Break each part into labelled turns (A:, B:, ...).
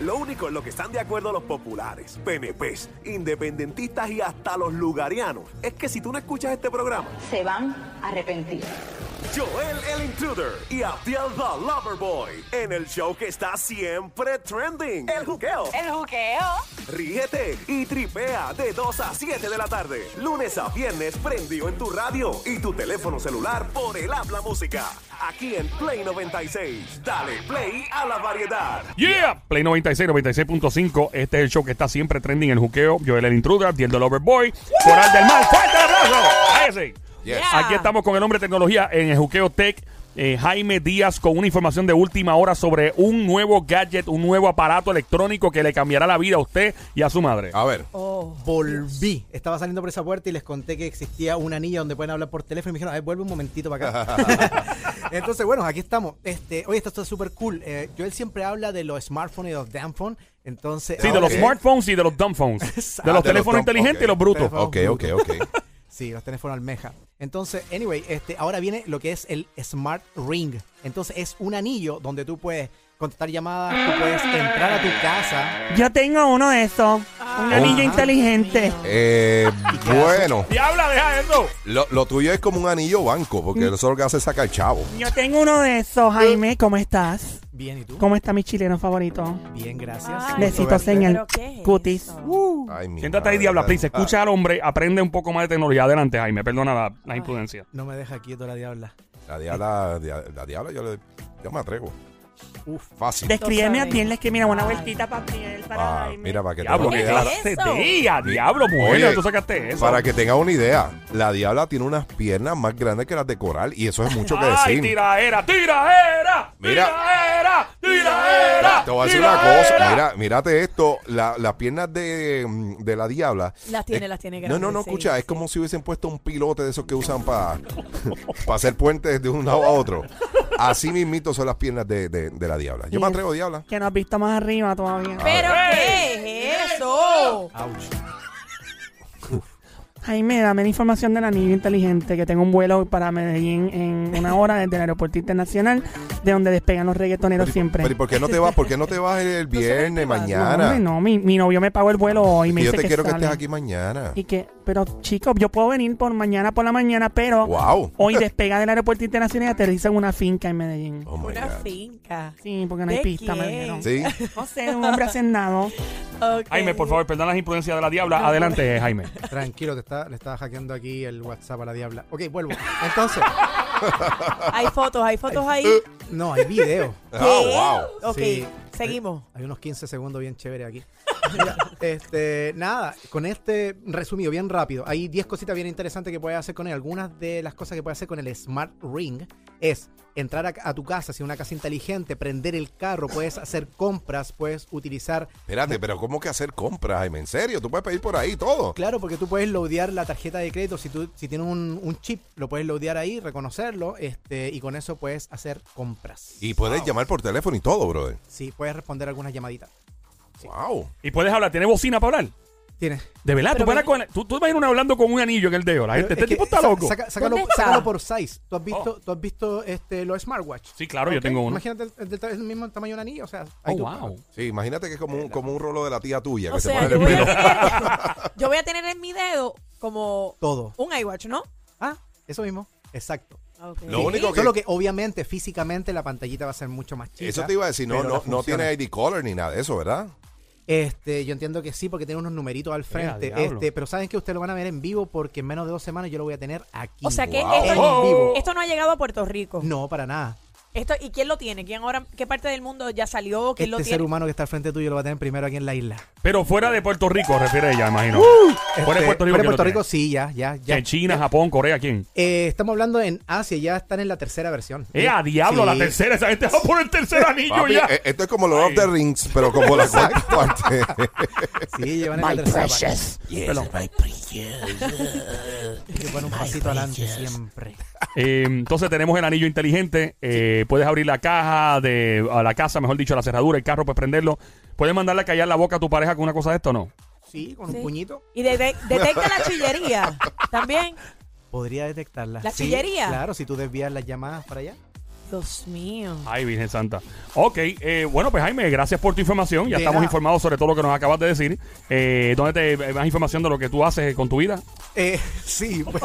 A: Lo único en lo que están de acuerdo los populares, PNPs, independentistas y hasta los lugarianos es que si tú no escuchas este programa,
B: se van a arrepentir.
A: Joel el Intruder y Abdiel the Loverboy en el show que está siempre trending, El Juqueo.
C: El juqueo.
A: Ríete y tripea de 2 a 7 de la tarde, lunes a viernes prendido en tu radio y tu teléfono celular por el habla música. Aquí en Play 96, dale play a la variedad.
D: Yeah. Play 96, 96.5. Este es el show que está siempre trending en juqueo. Joel el Intruder, Abdiel the Lover Boy, Coral del Mal. ¡Fuerte abrazo! ¡A ese!
E: Yes.
C: Yeah.
D: Aquí estamos con el hombre de tecnología en el Juqueo Tech. eh, Jaime Díaz con una información de última hora sobre un nuevo gadget, un nuevo aparato electrónico que le cambiará la vida a usted y a su madre.
E: A ver.
F: Volví. Estaba saliendo por esa puerta y les conté que existía una anilla donde pueden hablar por teléfono y me dijeron, a ver, vuelve un momentito para acá. Entonces, bueno, aquí estamos. Este, oye, esto está súper cool. Eh, Joel siempre habla de los smartphones y los damnphones. Entonces,
D: Sí, de
E: Ah,
D: los
E: ok.
D: smartphones y de los dumbphones.
F: Exacto.
D: De los
E: De los
D: teléfonos
E: dumb-
D: inteligentes y
E: ok.
D: los brutos.
F: Teléfono.
E: Ok, ok, ok.
F: Sí, los teléfonos almeja. Entonces, anyway, este, ahora viene lo que es el Smart Ring. Entonces, es un anillo donde tú puedes contestar llamadas, tú puedes entrar a tu casa.
G: Yo tengo uno de esos. Un anillo inteligente.
E: Eh, bueno,
D: ¡Diabla, deja eso!
E: lo, lo tuyo es como un anillo banco, porque eso es lo que hace es sacar chavo.
G: Yo tengo uno de esos, Jaime. ¿Cómo estás?
F: Bien, ¿y tú?
G: ¿Cómo está mi chileno favorito?
F: Bien, gracias.
C: Ay,
G: Besitos
F: Gusto
G: en el
C: ¿Pero qué es
G: cutis. Uh,
C: eso?
E: Ay, mi
D: Siéntate ahí,
E: madre,
D: Diabla,
E: dale.
D: please.
E: Ah,
D: Escucha al hombre, aprende un poco más de tecnología. Adelante, Jaime. Perdona la, la imprudencia.
F: No me deja quieto la diabla.
E: La diabla, dia- la diabla yo, le, yo me atrevo. Uf, fácil.
G: Descríbeme a
C: sabes.
G: Piel, que mira una vueltita para Piel, para
E: Ah,
G: Jaime.
E: mira, para que
D: Diablo,
E: tenga
D: qué
E: una
C: claro.
E: idea.
D: clase de
C: eso?
D: día, diablo, mujer.
E: Oye,
D: ¿Tú sacaste eso?
E: Para que tenga una idea, la diabla tiene unas piernas más grandes que las de coral y eso es mucho que
D: ¡Ay,
E: decir.
D: tiraera, tiraera!
E: Mira.
D: ¡Tiraera, tiraera!
E: Te voy a decir una cosa. Mira, mírate esto. la- las piernas de, mm, de la diabla.
C: Las tiene, las tiene
E: No, no, no,
C: grandes, sí,
E: escucha. es
C: sí.
E: como si hubiesen puesto un pilote de esos que usan para hacer puentes de un lado a otro. Así mismito son las piernas de, de- de la diabla. Yo me atrevo, diabla.
G: Que no has visto más arriba todavía.
C: ¿Pero qué es eso?
G: Jaime, dame la información del anillo inteligente, que tengo un vuelo para Medellín en una hora desde el aeropuerto internacional, de donde despegan los reggaetoneros
E: Pero,
G: siempre.
E: pero ¿y por qué no te vas? ¿Por qué no te vas el viernes,
G: No, hombre,
E: mañana?
G: no, mi, mi novio me pagó el vuelo hoy. Me
E: Y yo te
G: dice que
E: quiero que
G: sale.
E: estés aquí mañana.
G: Y que, pero chicos, yo puedo venir por mañana por la mañana, pero
E: Wow.
G: hoy despega del aeropuerto internacional y aterriza en una finca en Medellín.
E: Oh my
C: Una
E: God.
C: finca.
G: Sí, porque no hay
C: ¿De
G: pista, me
C: quién?
G: dijeron.
E: Sí.
G: No sé, un hombre hacendado.
C: Ok.
D: Jaime, por favor, perdona las imprudencias de la diabla. Adelante, Jaime.
F: Tranquilo, te está, le estaba hackeando aquí el WhatsApp a la diabla. Ok, vuelvo. Entonces,
C: Hay fotos, hay fotos ahí.
F: no, hay video.
E: Ah, wow.
C: Ok,
F: Sí.
C: seguimos.
F: Hay unos 15 segundos bien chévere aquí. Mira, este, nada, con este resumido bien rápido, hay 10 cositas bien interesantes que puedes hacer con él. Algunas de las cosas que puedes hacer con el Smart Ring es entrar a, a tu casa, si es una casa inteligente, prender el carro, puedes hacer compras, puedes utilizar
E: Espérate, pero ¿cómo que hacer compras, Jaime? ¿En serio? Tú puedes pedir por ahí todo.
F: Claro, porque tú puedes loadear la tarjeta de crédito. Si tú si tienes un, un chip, lo puedes loadear ahí, reconocerlo, este, y con eso puedes hacer compras.
E: Y puedes llamar por teléfono y todo, brother.
F: Sí, puedes responder algunas llamaditas.
E: Wow.
D: Y puedes hablar, ¿tiene bocina para hablar?
F: Tienes.
D: De verdad, tú,
C: Pero
D: puedes hablar con- tú, tú imaginas una hablando con un anillo en el dedo. La gente, este tipo está loco. Oh.
F: sácalo,
C: ¿Dónde está?
F: sácalo por size. ¿Tú has visto, tú has visto este, los smartwatch?
D: Sí, claro, yo tengo uno.
F: Imagínate el, el- el mismo tamaño de un anillo. O sea,
D: Oh,
F: ahí tú-
D: wow.
E: Sí, imagínate que es como un, como un rolo de la tía tuya.
C: O
E: que se
C: sea,
E: pone
C: yo
E: en
C: voy,
E: el
C: a
E: dedo.
C: tener, yo voy a tener en mi dedo como
F: Todo.
C: un iWatch, ¿no?
F: Ah, eso mismo. Exacto.
C: Okay.
E: Lo único que-
F: Solo que obviamente, físicamente, la pantallita va a ser mucho más chica.
E: Eso te iba a decir, no,
F: pero
E: no,
F: las
E: no
F: funciones-
E: tiene ID color ni nada de eso, ¿verdad?
F: Este, yo entiendo que sí, porque tiene unos numeritos al frente.
D: diablo.
F: este, pero saben que ustedes lo van a ver en vivo porque en menos de dos semanas yo lo voy a tener aquí.
C: O sea que
E: Wow.
C: esto,
D: Oh.
F: En vivo.
C: esto no ha llegado a Puerto Rico.
F: Oh, No, para nada.
C: Esto, ¿Y quién lo tiene? ¿Quién ahora, ¿Qué parte del mundo ya salió? ¿Quién
F: Este
C: lo
F: ser
C: tiene?
F: humano que está al frente tuyo lo va a tener primero aquí en la isla.
D: Pero fuera de Puerto Rico, refiere ella, imagino.
E: Uh,
D: fuera de
F: Este,
D: Puerto Rico.
F: fuera
D: ¿quién
F: de
D: lo
F: Puerto
D: tiene?
F: Rico, sí, ya, ya, ya.
D: En China, Japón, Corea, ¿quién?
F: Eh, estamos hablando en Asia, ya están en la tercera versión.
D: ¡Eh, a diablo! La
F: Sí.
D: tercera, esa gente va por el tercer anillo
E: Papi,
D: ya.
E: eh, esto es como Lord of the Rings, pero como la cuarta parte.
F: Sí, llevan en la tercera. parte.
D: Perdón.
F: Hay que poner un pasito adelante siempre.
D: Eh, entonces tenemos el anillo inteligente. eh, Puedes abrir la caja de a la casa, mejor dicho, la cerradura, el carro, puedes prenderlo. Puedes mandarle a callar la boca a tu pareja con una cosa de esto, o ¿no?
F: Sí, con
C: Sí.
F: un puñito.
C: Y de- de- detecta la chillería también.
F: Podría detectarla.
C: ¿La
F: Sí,
C: chillería?
F: Claro, si tú desvías las llamadas para allá.
C: Dios mío.
D: Ay, Virgen Santa. Ok, eh, bueno, pues Jaime, gracias por tu información. Ya
F: De
D: estamos
F: nada.
D: informados sobre todo lo que nos acabas de decir. Eh, ¿Dónde te eh, más información de lo que tú haces con tu vida?
F: Eh, sí, pues,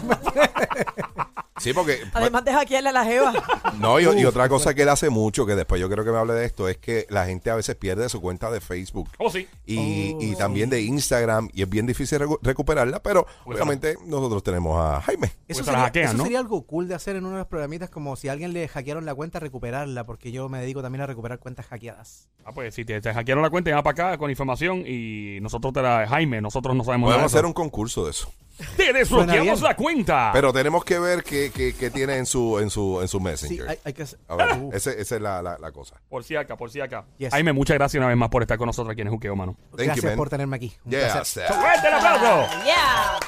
E: Sí, porque.
C: Además, deja aquí a la jeva.
E: No, y, y otra cosa que él hace mucho, que después yo creo que me hable de esto, es que la gente a veces pierde su cuenta de Facebook.
D: Oh, sí.
E: Y, y también de Instagram, y es bien difícil recu- recuperarla, pero obviamente nosotros tenemos a Jaime.
F: eso,
D: Pues se la
F: sería,
D: hackean,
F: eso
D: ¿no?
F: sería algo cool de hacer en uno de los programitas, como si a alguien le hackearon la cuenta, recuperarla, porque yo me dedico también a recuperar cuentas hackeadas.
D: Ah, pues si te, te hackearon la cuenta, llama para acá con información y nosotros te la... Jaime, nosotros no sabemos
E: Podemos hacer
D: nada.
E: un concurso de eso.
D: ¡Te desbloqueamos
F: bien.
D: la cuenta!
E: Pero tenemos que ver qué, qué- qué tiene en su, en su, en su
F: Sí,
E: Messenger.
F: hay, hay que hacer.
E: A ver,
F: Uh,
E: ese- esa es la, la- la cosa.
D: Por si acá, por si acá.
F: Yes.
D: Jaime, muchas gracias una vez más por estar con nosotros aquí en Juqueo, mano.
E: Thank you,
F: gracias
E: man.
F: por tenerme aquí. Un
E: Yeah,
F: placer.
E: sir.
D: ¡Fuerte el aplauso!
C: Yeah.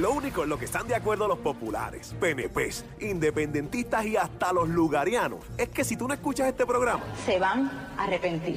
A: Lo único en lo que están de acuerdo los populares, PNPs, independentistas y hasta los lugarianos es que si tú no escuchas este programa,
B: Se van a arrepentir.